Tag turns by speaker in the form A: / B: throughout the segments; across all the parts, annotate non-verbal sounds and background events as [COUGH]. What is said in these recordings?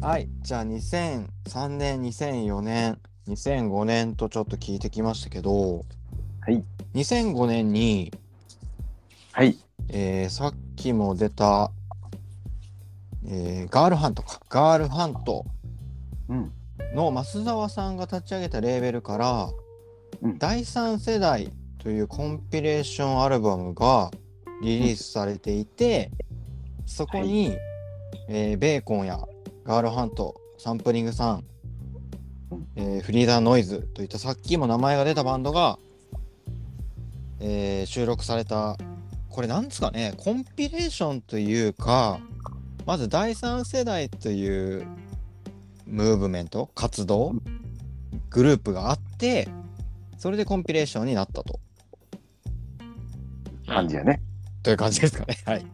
A: はい。じゃあ2003年、2004年、2005年とちょっと聞いてきましたけど、
B: はい。
A: 2005年に、
B: はい。
A: えーさっきも出た、えーガールハントか。ガールハント
B: うん。
A: の増沢さんが立ち上げたレーベルから、
B: うん
A: 第三世代というコンピレーションアルバムがリリースされていて、そこに、えーベーコンやガールハントサンプリングさん、
B: うん
A: えーフリーダーノイズといったさっきも名前が出たバンドが、えー収録されたこれなんですかねコンピレーションというかまず第三世代というムーブメント活動グループがあってそれでコンピレーションになったと
B: 感じやね。 [LAUGHS]
A: という感じですかね [LAUGHS] はい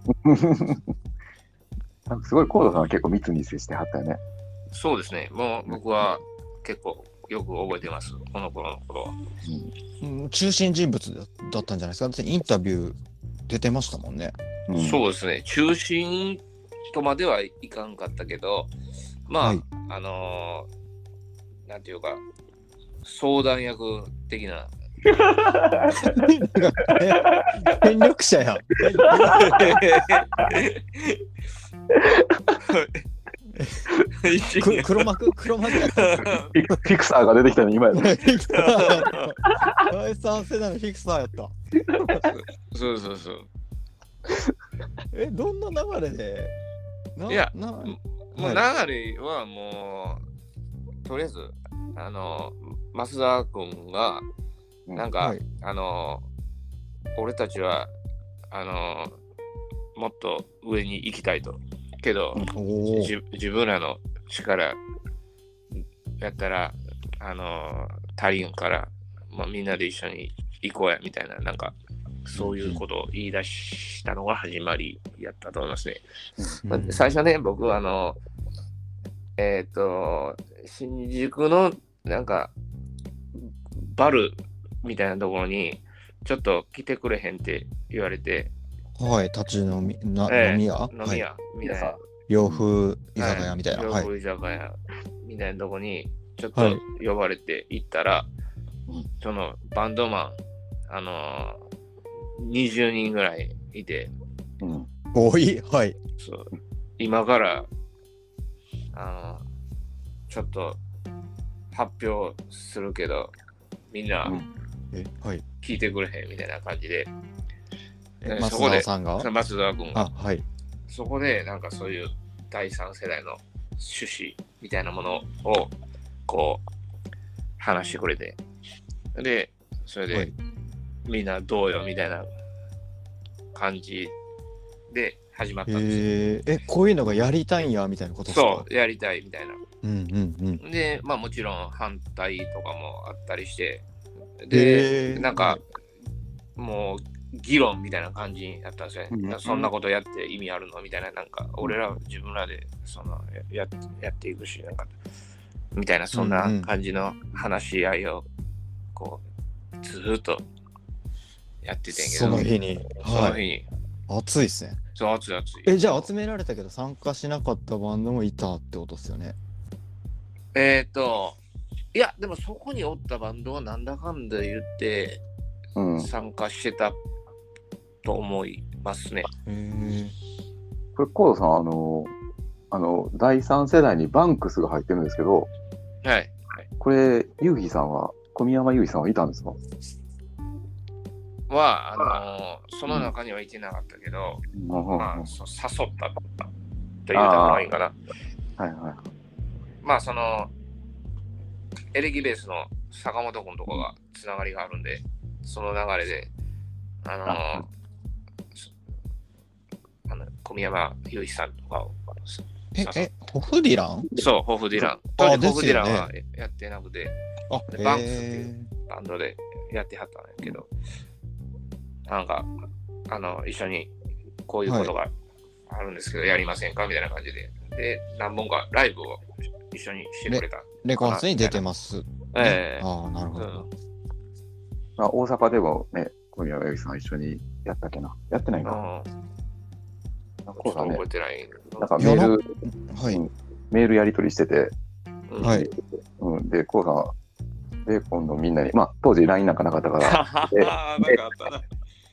B: なんかすごい、コードさんは結構密に接してはったよね。
C: そうですね。もう僕は結構よく覚えてます。この頃の頃は。
A: うん中心人物だだったんじゃないですかだってインタビュー出てましたもんね [LAUGHS]
B: うん。う。
C: そうですね。中心とまではいかんかったけど、まあ、
A: はい
C: あのーなんていうか、相談役的な。
A: 権力者やんく黒幕黒幕やった
B: フィクフィクサーが出てきたの、今や
A: フ
B: ね。
A: ィクサーやった [LAUGHS] 第三世代のフィクサーやった
C: そうそうそう。
A: えどんな流れでない
C: や
A: な
C: もう
A: は
C: 流れはもう、とりあえず、あの、増田君が、
B: うん
C: なんか、
A: はい
C: あの、俺たちは、あの、もっと上に行きたいと。けど、
A: おお
C: じ自分らの力やったら、あの、足りんから、まあ、みんなで一緒に行こうや、みたいな、なんか、そういうことを言い出したのが始まりやったと思いますね。
A: うん
C: 最初ね、僕はあの、えっ、と、新宿のなんか、バルみたいなところに、ちょっと来てくれへんって言われて、
A: はい立ち飲みな、
C: ええ
A: 飲み屋
C: 飲み
A: はい、
C: 屋みたいな。
A: 洋風居酒屋みたいな
C: は
A: はいい、
C: 洋風居酒屋みたいなとこに、ちょっ
A: はい
C: と呼ばれて行ったら、
B: うん
C: そのバンドマン、あのー、20人ぐらいいて、
B: うん。
A: 多いはい
C: そう今からあのちょっと発表するけどみんな
B: うん
A: えはい
C: 聞いてくれへんみたいな感じで、
A: え
C: えそ
A: 増
C: こで
A: 田さんが
C: 松田君
A: あ
C: が
A: はい
C: そこでなんかそういう第三世代の趣旨みたいなものをこう話してくれてでそれで、
A: はい
C: みんなどうよみたいな感じで始まったんですよ、
A: えー、えこういうのがやりたいんやみたいなことですか
C: そうやりたいみたいな
A: ううんうんうん
C: で、まあもちろん反対とかもあったりして、で、
A: えー
C: なんか、もう議論みたいな感じだったんですよね。
B: うん
C: なんかそんなことやって意味あるのみたいな、なんか、俺らは自分らでそのやややっていくし、なんか、みたいな、そんな感じの話し合いを、こう、ずーっとやっててんけど、
A: その日に
C: その
A: は
C: 日
A: い
C: に、
A: 暑いですね
C: そう、熱い熱い。
A: えじゃあ集められたけど参加しなかったバンドもいたってことですよね
C: えっ、と、いや、でもそこにおったバンドはなんだかんだ言って、
B: うん。
C: 参加してたと思いますね。
A: へえ
B: これ、コードさん、あの、あの、第三世代にバンクスが入ってるんですけど、
C: はい。
B: これ、ユーギさんは、小宮山ユーギさんはいたんですか
C: は、あのーその中にはいてなかったけど、
B: うん
C: ま
B: は
C: あ、そう誘ったというのがいいかな。
B: いは
C: まあ、その、エレキベースの坂本君とかがつながりがあるんで、その流れで、あのー
B: あ
C: そあの小宮山雄一さんとかを、
A: ええホフディラン
C: そう、ホフディラン。
A: あ
C: 当時ホフディランは
A: で
C: やってなくて、
A: あ
C: で
A: へ
C: バンクスってい
A: え
C: バンドでやってはったんやけど、なんか、あの、一緒にこういうことがあるんですけど、やりませんかみたいな感じで。で、何本かライブを一緒にしてくれた。
A: レコースに出てます
C: ええ
A: ああなるほ
C: う
A: ど
C: ん
B: い。まあ、大阪でもね、小宮山ユーギさん一緒にやったっけな。やってない
C: うん
B: か。
C: ち
B: コー
C: ょっ
B: ドさ
C: と
B: んね
C: 覚え、てない。
B: なんかメール、
A: は
B: う
A: い
B: んメールやり取りしてて、
C: うん [LAUGHS]
A: はい。
B: うん、で、コウさん、ベーコンのみんなに、まあ、当時 LINE なんかなかったから、
C: あーなんかあったな。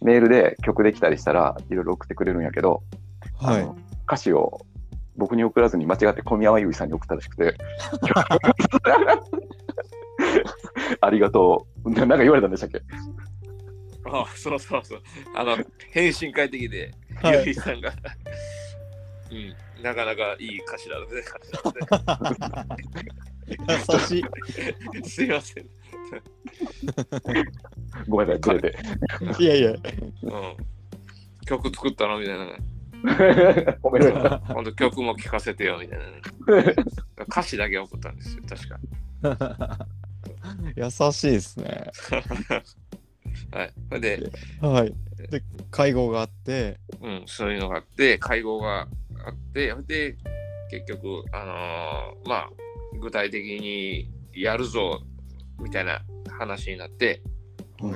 B: メールで曲できたりしたら、いろいろ送ってくれるんやけど、
A: は
B: あ
A: い。
B: の歌詞を僕に送らずに間違って小宮山由依さんに送ったらしくてありがとうななんか言われたんでしたっけ
C: あそうそうそう。あの、返信返ってきて、
A: はい
C: ゆいさんが、うん、なかなかいい歌詞だね。
A: [LAUGHS] 優しい。
C: すいません。
B: ごめんなさいずれ
A: いやいや。
C: うん、曲作ったのみたいなね。
B: てごめんなさい
C: ほんと曲も聴かせてよみたいなね。歌詞だけ送ったんですよ、確か。
A: [LAUGHS] 優しいですね。
C: はい。それで、
A: はい。で、会合があって、
C: うん、そういうのがあって、会合があって、それで、結局、あのーまあ、具体的にやるぞ、みたいな話になって、
A: はい。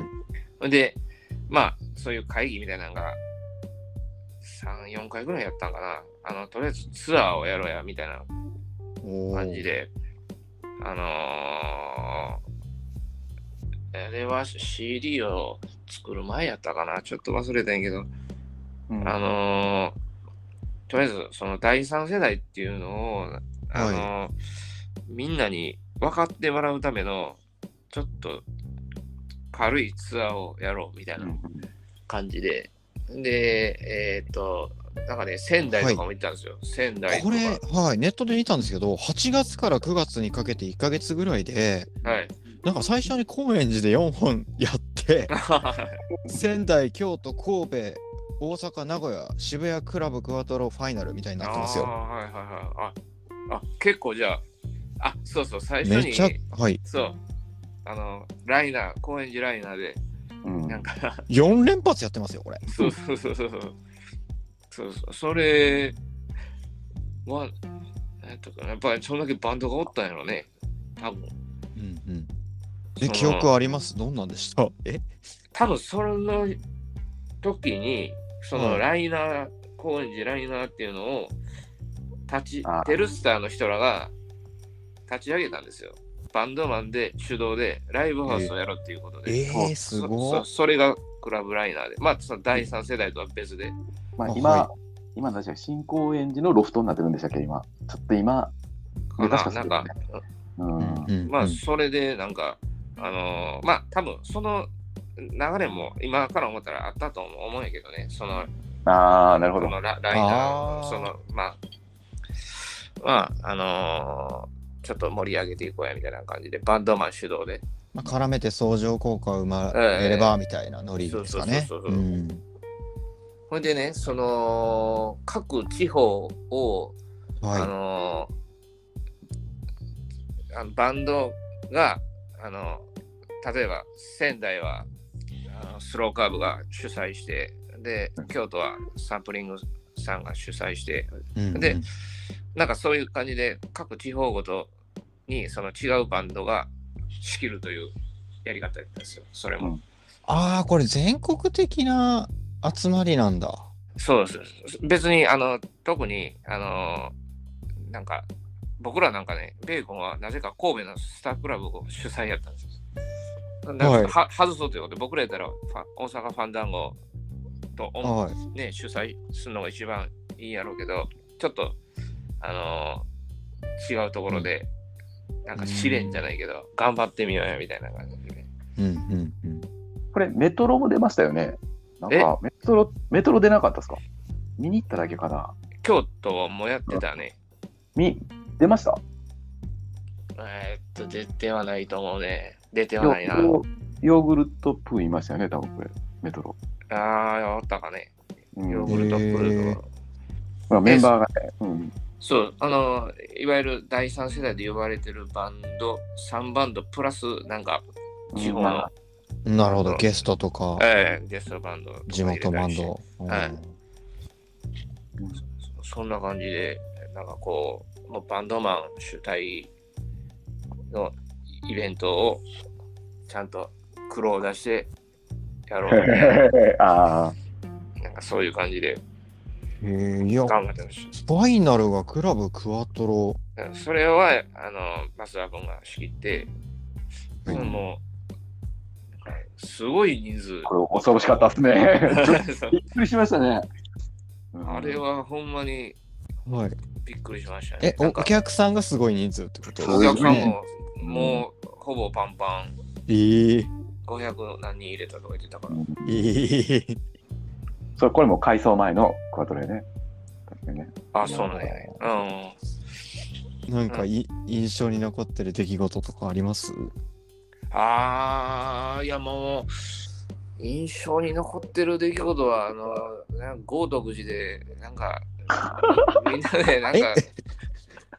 C: それで、まあ、そういう会議みたいなのが、3、4回ぐらいやったんかな。あの、とりあえずツアーをやろうや、みたいな
A: お
C: 感じで、あのーあれは CD を作る前やったかな。ちょっと忘れたんやけど、
B: うん
C: あのーとりあえず、その第三世代っていうのを、あのーみんなに分かってもらうための、ちょっと軽いツアーをやろうみたいな感じで、で、えーっと、なんかね、仙台とかも行ったんですよ。仙台と
A: こ
C: か。
A: れ、はい、ネットで見たんですけど、8月から9月にかけて1ヶ月ぐらいで、
C: はい。
A: なんか最初に高円寺で4本や
C: [LAUGHS]
A: って、仙台、京都、神戸、大阪、名古屋、渋谷、クラブ、クワトロ、ファイナルみたいになってますよ。
C: あーはいはいはい。あ、あ結構じゃあ、あ、そうそう、最初に、
A: めちゃ、はい。
C: そう、あの、ライナー、高円寺ライナーで、
B: うん
C: なんか、
A: [LAUGHS] 4連発やってますよ、これ。
C: そうそうそうそうそう。そうそう、それは、なんとかな、やっぱりそんだけバンドがおったんやろね。多分。
A: うんうん。え、
C: その
A: 記憶ありますどんなんでしたえ
C: 多分その時に、その
A: うん
C: ライナー、高円寺ライナーっていうのを、立ち
B: あ、
C: テルスターの人らが立ち上げたんですよ。バンドマンで手動でライブハウスをやろうっていうことで。
A: えー、
C: そ
A: すごい
C: そ。それがクラブライナーで。まあ、その第三世代とは別で。
B: まあ、
A: あ
B: 今、
A: は
B: 今確か新高円寺のロフトになってるんでしたっけ今ちょっと今
C: かな
B: 確かそうですね
C: なんか、
B: うん、
A: うん
C: ま
A: う
C: あ
A: ん
C: それでなんか、あのーまあ多分その流れも今から思ったらあったと思う思うんやけどねその
B: ああなるほ
C: そ
B: ど
C: のラライナー
A: あー
C: そのまあまああのーちょっと盛り上げていこうやみたいな感じでバンドマン主導で
A: まあ、絡めて相乗効果を生まれればみたいなノリですかね。
C: そうそう
A: う
C: そうそうんほんでねその各地方を、あ
A: は
C: のーあのバンドがあの例えば仙台はあのスローカーブが主催してで京都はサンプリングさんが主催して
A: い。うん
C: でなんかそういう感じで各地方ごとにその違うバンドが仕切るというやり方だったんですよそれも、
B: うん
A: ああ、これ全国的な集まりなんだ。
C: そうです別にあの特にあのなんか僕らなんかねベーコンはなぜか神戸のスタークラブを主催やったんですよなんかは、外そうということで僕らやったらファ大阪ファンダンゴと音
A: はい。
C: ね、主催するのが一番いいんやろうけど、ちょっと、あのー違うところで、なんか試練じゃないけど、頑張ってみようよみたいな感じでね。
A: うんうんうん。
B: これメトロも出ましたよねなんかメトロメトロ出なかったですか見に行っただけかな
C: 京都もやってたね。
B: み出ました
C: えーっと、出てはないと思うね。出てはないな。
B: ヨヨーグルトプーンいましたよね、多分これ、メトロ。
C: ああ、おったかね。
B: うん
C: ヨーグルトプー
A: へ
C: ル
A: ー
C: とか。
B: まあメンバーがね、うん、
C: そう、あのーいわゆる第三世代で呼ばれてるバンド、3バンドプラス、なんか、地方の [LAUGHS]
B: ま、
A: なるほど、ゲストとか、
C: えーゲストバンドとか
A: 地
C: 入れたりして。
A: 元バンド。
C: はい
A: うん
C: そそんな感じで、なんかこう、もうバンドマン主体のイベントをちゃんと苦労を
B: [LAUGHS]
C: 出してやろうみたい
B: ああ
C: な、なんかそういう感じで
A: えー、いや、
C: 頑張ってほしい。
A: スパイナルがクラブクワトロ。
C: うんそれは、あの、マスダ君が仕切って、
A: はい
C: もう、なんかすごい人数。
B: これ恐ろしかったですね。ちょっ
C: そ
B: と
C: う
B: びっくりしましたね。うん
C: [LAUGHS] あれはほんまに
A: はい。
C: びっくりしましたね
A: え。、お
C: な
A: お
C: んか
A: 客さんがすごい人数ってこと
C: お
B: そうで
C: 客
B: す
C: さん
B: ね
C: も、もうほぼパンパン、
A: ええ
C: 500何人入れたとか言ってたから。
A: ええ
B: それこれも改装前のクワトレね。確かにね。
C: あ、そうなんやね。うん。
A: なんかい、印象に残ってる出来事とかあり
C: [LAUGHS]
A: ます
C: ああ、いやもう、印象に残ってる出来事は、あの、なんか豪徳寺で、なんか、 [LAUGHS] みんなで、なんか、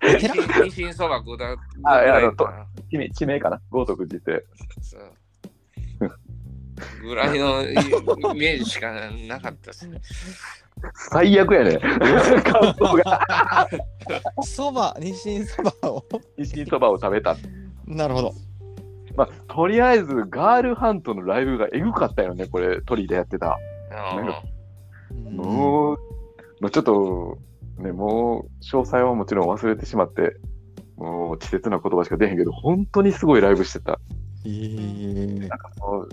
A: え寺
C: ニシンそば食うた。
B: あいやあの
C: ぐ
B: と
C: らいかな
B: 地名地名かな豪徳寺って。
C: そうぐらいのイメージしかなかったですね。
B: 最悪 [LAUGHS] やね。感想が。
A: そば、日清そばを。
B: 石井そばを食べた。
A: なるほど。
B: まあ、とりあえず、ガールハントのライブがエグかったよね、これ、トリでやってた。
C: う
B: [LAUGHS]
C: ん
B: なんか
A: うん
B: もう、もうちょっと、ね、もう、詳細はもちろん忘れてしまって、もう、稚拙な言葉しか出へんけど、本当にすごいライブしてた。
A: ええ
B: もう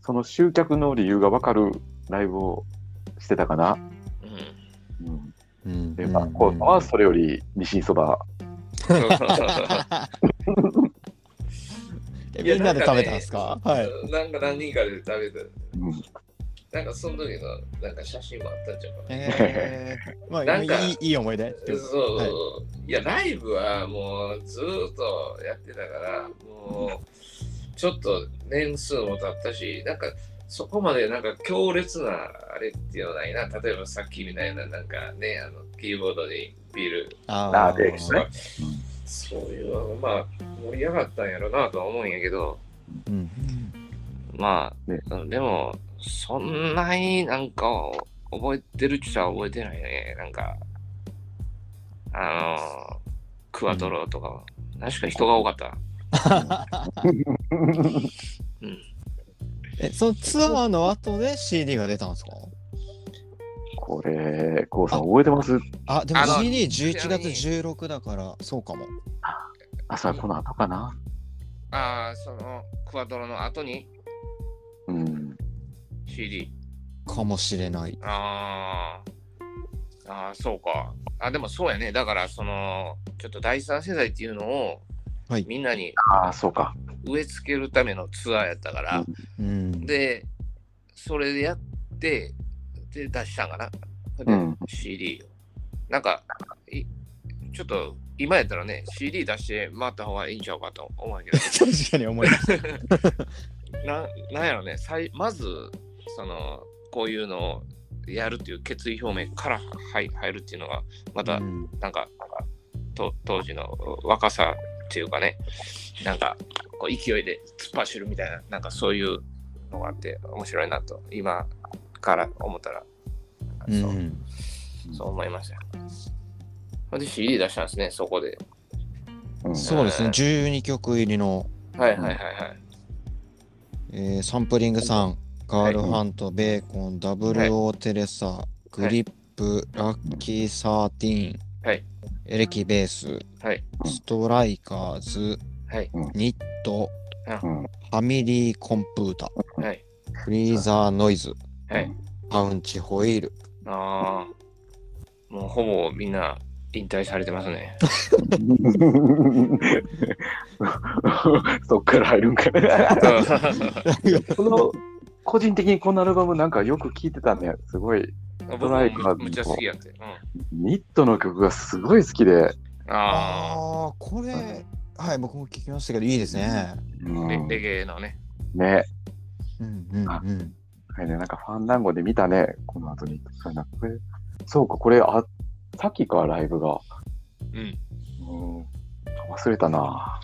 B: その集客の理由が分かるライブをしてたかな。
C: うん
B: うん、
A: うん
B: で、まあ、コートはそれより西そば。
C: そうそうそう
A: え [LAUGHS] みんなで食べたんですかはい。
C: なんか何人かで食べ
B: うん、
C: た。なんかその時のなんか写真もあったんじゃん。
A: えー、まあ
C: ないんか
A: いいい思い出って
C: そう
A: こ
C: そう、、
A: はい
C: やライブはもうずーっとやってたからもうちょっと年数も経ったしなんかそこまでなんか強烈なあれっていうのはないな例えばさっきみたいななんかねあのキーボードにビール
A: とあ
B: あ
A: ー
B: ーで
C: とか、そういうのまあ盛り上がったんやろなとは思うんやけど
A: うん
C: まあ、
B: ね
C: うんでもそんなになんかを覚えてるっちゃ覚えてないねなんかあのークワトロとかは、確か人が多かった、うん、
A: えそのツアーの後で CD が出たんですか
B: これ、コウさん覚えてます
A: あでも
C: あの
A: CD11 月16だからそうかも
B: あ、それこの後かな。
C: ああそのクワトロの後に
B: うん。
C: CD
A: かもしれない
C: あーあーそうかあでもそうやねだからそのちょっと第三世代っていうのを、
A: はい
C: みんなに
B: ああ、そうか。
C: 植え付けるためのツアーやったから、
A: うん
C: で、それでやって、で、出したんかな。
B: う
C: で、
B: ん
C: CD を。なんか、いちょっと、今やったらね、CD 出して回った方がいいんちゃうかと思うんやけ
B: [LAUGHS]
A: 確かに思います
C: ど、ななんやろね、さいまず、その、こういうのをやるっていう決意表明から入入るっていうのが、また、
A: うん
C: なんか、と当時の若さっていうかね、なんか、こう勢いで突っ走るみたいな、なんかそういうのがあって、面白いなと、今から思ったら、
A: う
C: そう,、
A: ん
C: そう思いましたよ。それで CD 出したんですね、そこで。
B: うん、
A: そうですね12曲入りの、
C: はいはいはいはい。
A: えーサンプリングさんガールハント、ベーコンダブルオーテレサグリップラッキーサーティーン、
C: はい
A: エレキベース
C: はい
A: ストライカーズ
C: はい
A: ニット
B: うん [LAUGHS]
A: ファミリーコンプータ
C: はい。
A: フリーザーノイズ
C: はい、
A: パウンチホイール
C: ああ、もうほぼみんな引退されてますね。
B: そっから入るんかな。この個人的にこのアルバムなんかよく聴いてたね。すごい。
C: 僕もむむっちゃ好きやって。うん、
B: ニットの曲がすごい好きで。
C: あ
A: ああこれはい僕も聞きましたけどいいですね
B: う
C: あ、レ
B: ん、
C: レ
B: ね。
C: ゲエのね。
A: うんうん
B: あ
A: うん
B: はいね、なんかファンダンゴで見たね。この後に。そうやなこれそうか、これ、あ、さっきか、ライブが。
C: うん。
B: うん。忘れた
C: [LAUGHS]
B: な。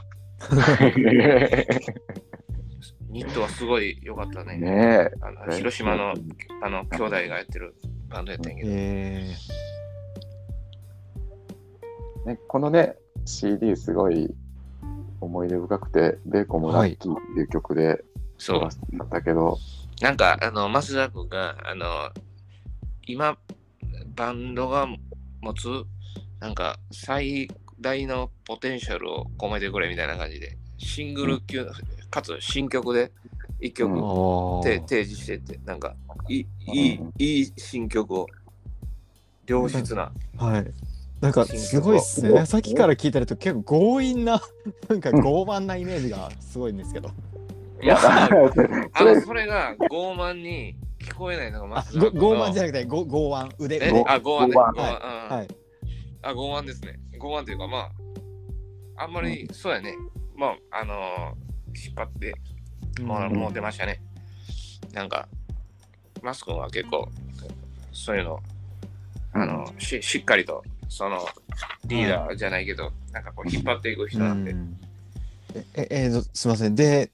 C: ニットはすごい良かったね。
B: ね
C: あの
B: え。
C: [LAUGHS] 広島のあの兄弟がやってるバンドやったんやけど、
A: え
B: ね、このね、CD すごい思い出深くて、ベーコンもラッキーっていう曲で
C: そ
B: 撮
C: う
B: らせてもらったけど、
C: なんかあの増田君があの今バンドが持つなんか最大のポテンシャルを込めてくれみたいな感じでシングル級、かつ新曲で1曲、
B: うん
C: て提示してってなんかいいいいい新曲を良質な
A: はい。なんかすごいっすね。さっきから聞いてると結構強引な、 [LAUGHS] なんか傲慢なイメージがすごいんですけど。
B: [LAUGHS]
C: いやあ
B: それ
C: のそれが傲慢に聞こえないの
A: [LAUGHS]
C: が
A: あ
C: ま、ず
A: ご傲慢じゃ
C: ゃ
A: なくて、ご傲腕、腕。
C: え
A: 腕
C: あ傲慢
B: 傲
C: ね
B: 慢
C: 傲慢うん
A: はい。
C: あ傲慢ですね傲慢というかまああんまりそうやねまああのー引っ張ってもう,、
A: うん
C: もう出ましたねなんかマス君は結構そういうのあのししっかりとそのリーダーじゃないけど、なんかこう引っ張っていく人なんで、
A: うんえ、え、えーとすみません。で、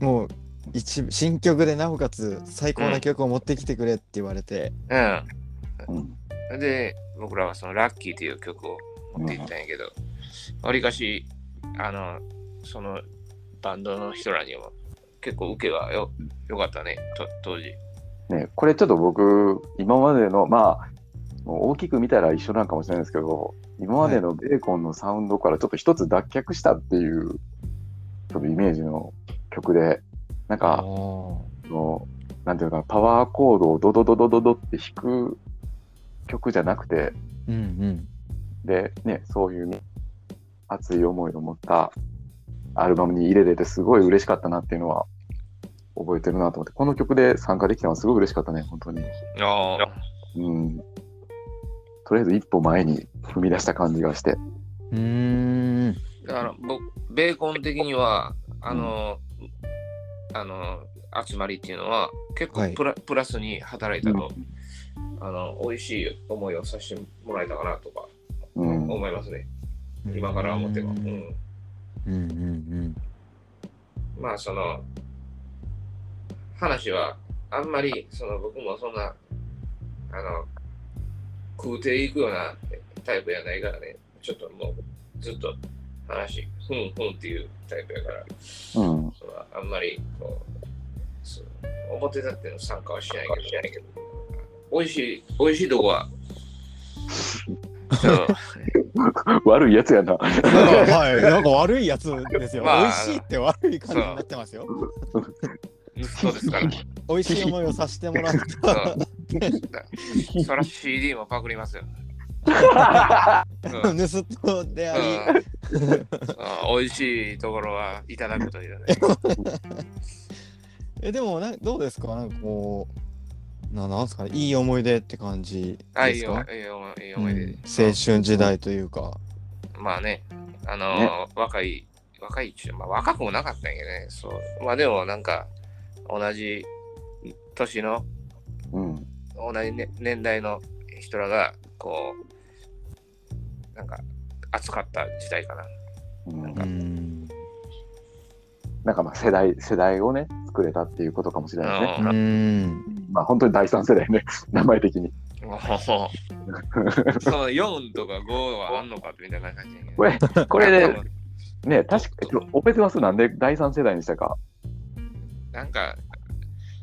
A: もう一部新曲でなおかつ最高な曲を持ってきてくれって言われて、
C: うん。で、僕らはそのラッキーという曲を持っていったんやけど、わりかし、あの、そのバンドの人らにも結構受けがよよかったね、と当時。
B: ね、これちょっと僕、今までの、まあ、もう大きく見たら一緒なんかもしれないですけど、今までのベーコンのサウンドからちょっと一つ脱却したっていう、ちょっとイメージの曲で、な
A: あ
B: んか、そのなんていうのかな、パワーコードをドドドドドドって弾く曲じゃなくて、
A: うんうん。
B: で、ね、そういう熱い思いを持ったアルバムに入れれてすごい嬉しかったなっていうのは覚えてるなと思って、この曲で参加できたのはすごい嬉しかったね、本当に。
C: ああ。
B: うん。とりあえず一歩前に踏み出した感じがして。
A: うーん。
C: だから僕、ベーコン的には、あの、あの、集まりっていうのは結
A: は
C: 構
A: い
C: プラ,、プラスに働いたと、あの、美味しい思いをさせてもらえたかなとか
B: うん。
C: 思いますね、今から思っても。うん
A: うんうん
C: まあその話はあんまりその僕もそんなあの食うていくようなタイプやないからねちょっともうずっと話ふんふんっていうタイプやから
B: うん。
C: そのあんまりこうその表立っての参加はしないけど美味しい美味しいとこはそう
B: 悪いやつやな。
A: うん。なんかはい、なんか悪いやつですよ。
C: まあ
A: 美味しいって悪い感じになってますよ。
C: そうですから
A: 美味しい思いをさせてもらった。
C: そうだそら CD もパクりますよ、うん
A: [LAUGHS] 盗人であり、
C: うん、美味しいところはいただくというね。
A: えでもなんどうですかなんかこうななんですかねいい思い出って感じ
C: あ、
A: で
C: いい
A: す
C: よ
A: か、
C: いいよ、いい
A: うん
C: 思い出。
A: 青春時代というか
C: まあね、あのー
B: ね
C: 若い、若いっちゅう、まあ若くもなかったんやけどね。そう。まあでもなんか、同じ年の、
B: うん。
C: 同じ、ね、年代の人らが、こう、なんか、熱かった時代か
B: う
C: な。
B: ん
A: うーん
B: なんかまあ世代、世代をね、作れたっていうことかもしれないですね。
A: うーん
B: まあ本当に第三世代ね、 [LAUGHS] 名前的に。
C: もう [LAUGHS] その4とか5はあんのかみたいな感じやけど
B: これ、これ
C: あ
B: で
C: でも、
B: ね、確か、えっとオペティマスなんで第三世代にしたか。
C: なんか、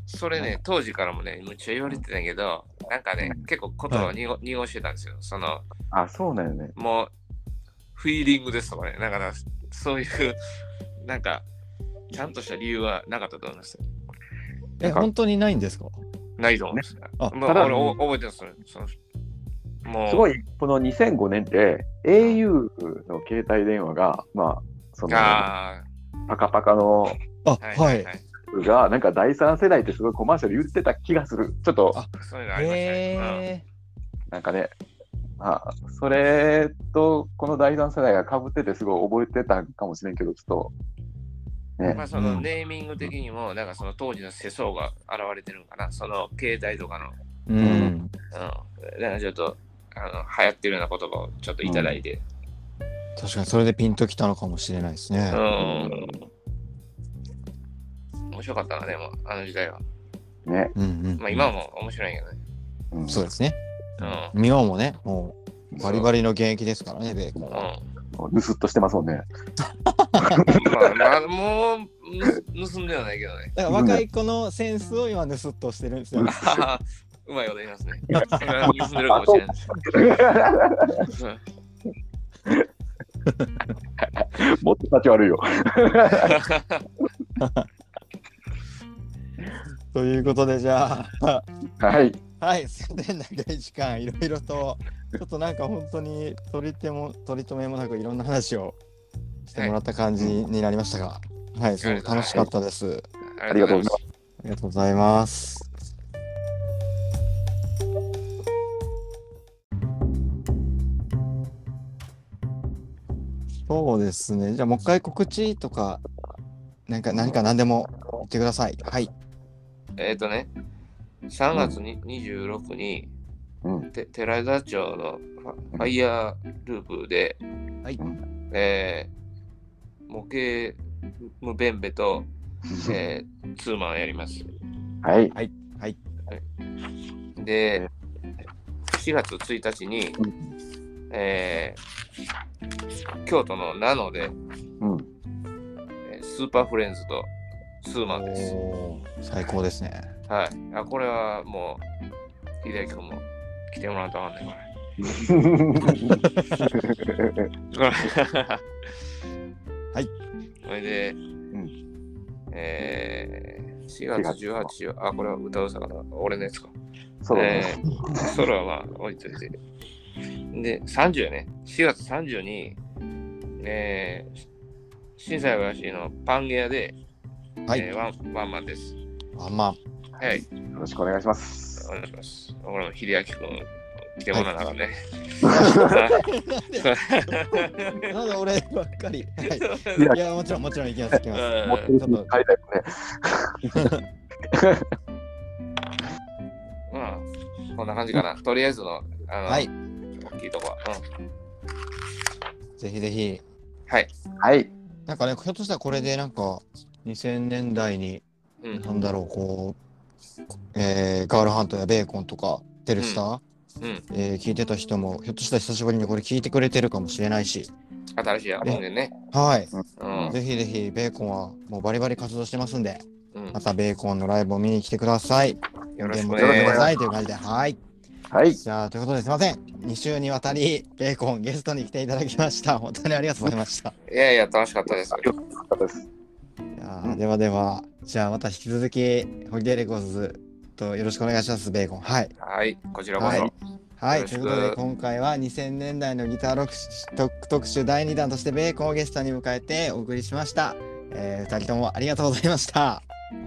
C: それね、当時からもね、むっちゃ言われてたんやけど、なんかね、結構言葉を濁濁してたんですよ。その、
B: あ、そうなんよね。
C: もう、フィーリングですとかね、だから、そういう、なんか、ちゃんとした理由はなかったと思います。
A: え
B: なんか
A: 本当にないんですか
C: ないと思います。
A: あ
C: ま
B: ただ
C: あ、俺、お覚えてます。そのもう、
B: すごい、この2005年って、au の携帯電話が、まあ、その、
C: あ
B: パカパカの
A: あ
C: あ、
A: はい、
C: はい、はい。
B: が、なんか第三世代ってすごいコマーシャル言ってた気がする。ちょっと、
C: そういうのありましたね。うん
A: へえ
B: なんかね、まあ、それと、この第三世代が被ってて、すごい覚えてたんかもしれんけど、ちょっと、ね
C: まあ、そのネーミング的にも、なんかその当時の世相が現れてるんかな。その携帯とかの
A: うん、
B: ん
C: うん、なんかちょっとあの流行ってるような言葉をちょっといただいて、
A: 確かにそれでピンときたのかもしれないですね
C: う、
B: う
C: ん
B: ん
C: 面白かったなでもあの時代は
B: ね、
A: うん、うん
C: まあ今も面白いけどね、
B: うん
A: そうですね
C: うん
A: 今もねもうバリバリの現役ですからねベーコン
C: うん
A: は
B: ぬすっとしてますもんね。
C: まあ、まあ、もうぬ盗んではないけどね
A: [LAUGHS]
C: [LAUGHS]
A: だから若い子のセンスを今盗っとしてるんですよ
B: うん
C: あははうまいこと言いますね。盗んでるかもしれないです。うん
B: もっと立ち悪いよ。
A: ということでじゃあ
B: はい。
A: はい宣伝内第一巻いろいろとちょっとなんか本当に取り手も取り留めもなくいろんな話をしてもらった感じになりましたが、はい、すごく楽しかったです。
C: あ
B: ありがとうございます。
A: ありがとうございます。そうですね。じゃあもう一回告知とか、なんか何か何でも言ってください。はい。
C: えっ、とね、3月に26に、
B: うん
C: て寺田町のファファイヤーループで、
A: はい
C: えー模型ムベンベと、えーツーマンやります。
B: はい。
C: で、4月1日に、
B: う
C: えー京都のナノで、
B: うん。 [LAUGHS]
C: えースーパーフレンズとツーマンです。
A: おー最高ですね。。
C: はい。あ、これはもう、秀明君も来てもらうとわかんない、これ。はいそれで、
B: ん
C: えー、4月18日は、あ、これは歌うさかな。俺のやつか。
B: そうだね。
C: えー、それはまあ、置いといて。で、30やね。4月30に、えー、新斎橋のパンゲアで、
A: はい。
C: えーワンワンマンです。
A: ワンマン。
C: はい。
B: よろしくお願いします
C: お。願いします。俺も秀明君、来てもらわなあかんね。 [LAUGHS]
A: なんで俺ばっかり。はい
B: や
A: い。いや、もちろん、もちろん行きます。行きます。
B: 持ってる人に買いたいもんね。
C: まあ、こんな感じかな。とりあえずの、あの、
A: はい。
C: 大きいとこは。うん。
A: ぜひぜひ。
C: はい。
B: はい。
A: なんかね、ひょっとしたらこれでなんか、2000年代に
C: うん
A: なんだろう、こう、えーガールハントやベーコンとか、テルスター、
C: うん。
A: えー聞いてた人も、ひょっとしたら久しぶりにこれ聞いてくれてるかもしれないし、
C: 新しいアルバムでね。
A: はい、
C: うん。
A: ぜひぜひ、ベーコンはもうバリバリ活動してますんで、
C: うん
A: またベーコンのライブを見に来てください。
C: よろしくお
A: お願
C: 願
A: い
C: い
A: し
C: し
A: ま。
C: ますす。
A: という感じで、はい。
B: はい。
A: じゃあ、ということですいません。2週にわたり、ベーコンゲストに来ていただきました。本当にありがとうございました。
C: いやいや、楽しかったです。
B: よかったです。
A: いや
B: う
A: ー
B: ん
A: ではでは、じゃあまた引き続き、ホリデーレコーズとよろしくお願いします、ベーコン。はい。
C: はい。こちらこ
A: はい
C: そ。。
A: はい、
C: よろ
A: と
C: し
A: いうこ
C: く
A: とで今回は2000年代のギターロック特特集第2弾としてベーコンをゲストに迎えてお送りしました。えー、2人ともありがとうございました。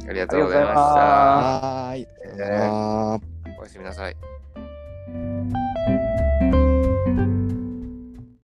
C: ありがとうござ
B: ありがとうござい
C: いまし
B: ま
C: た。
A: はーい。さようなら
B: え
C: おやすみなさい。
A: 「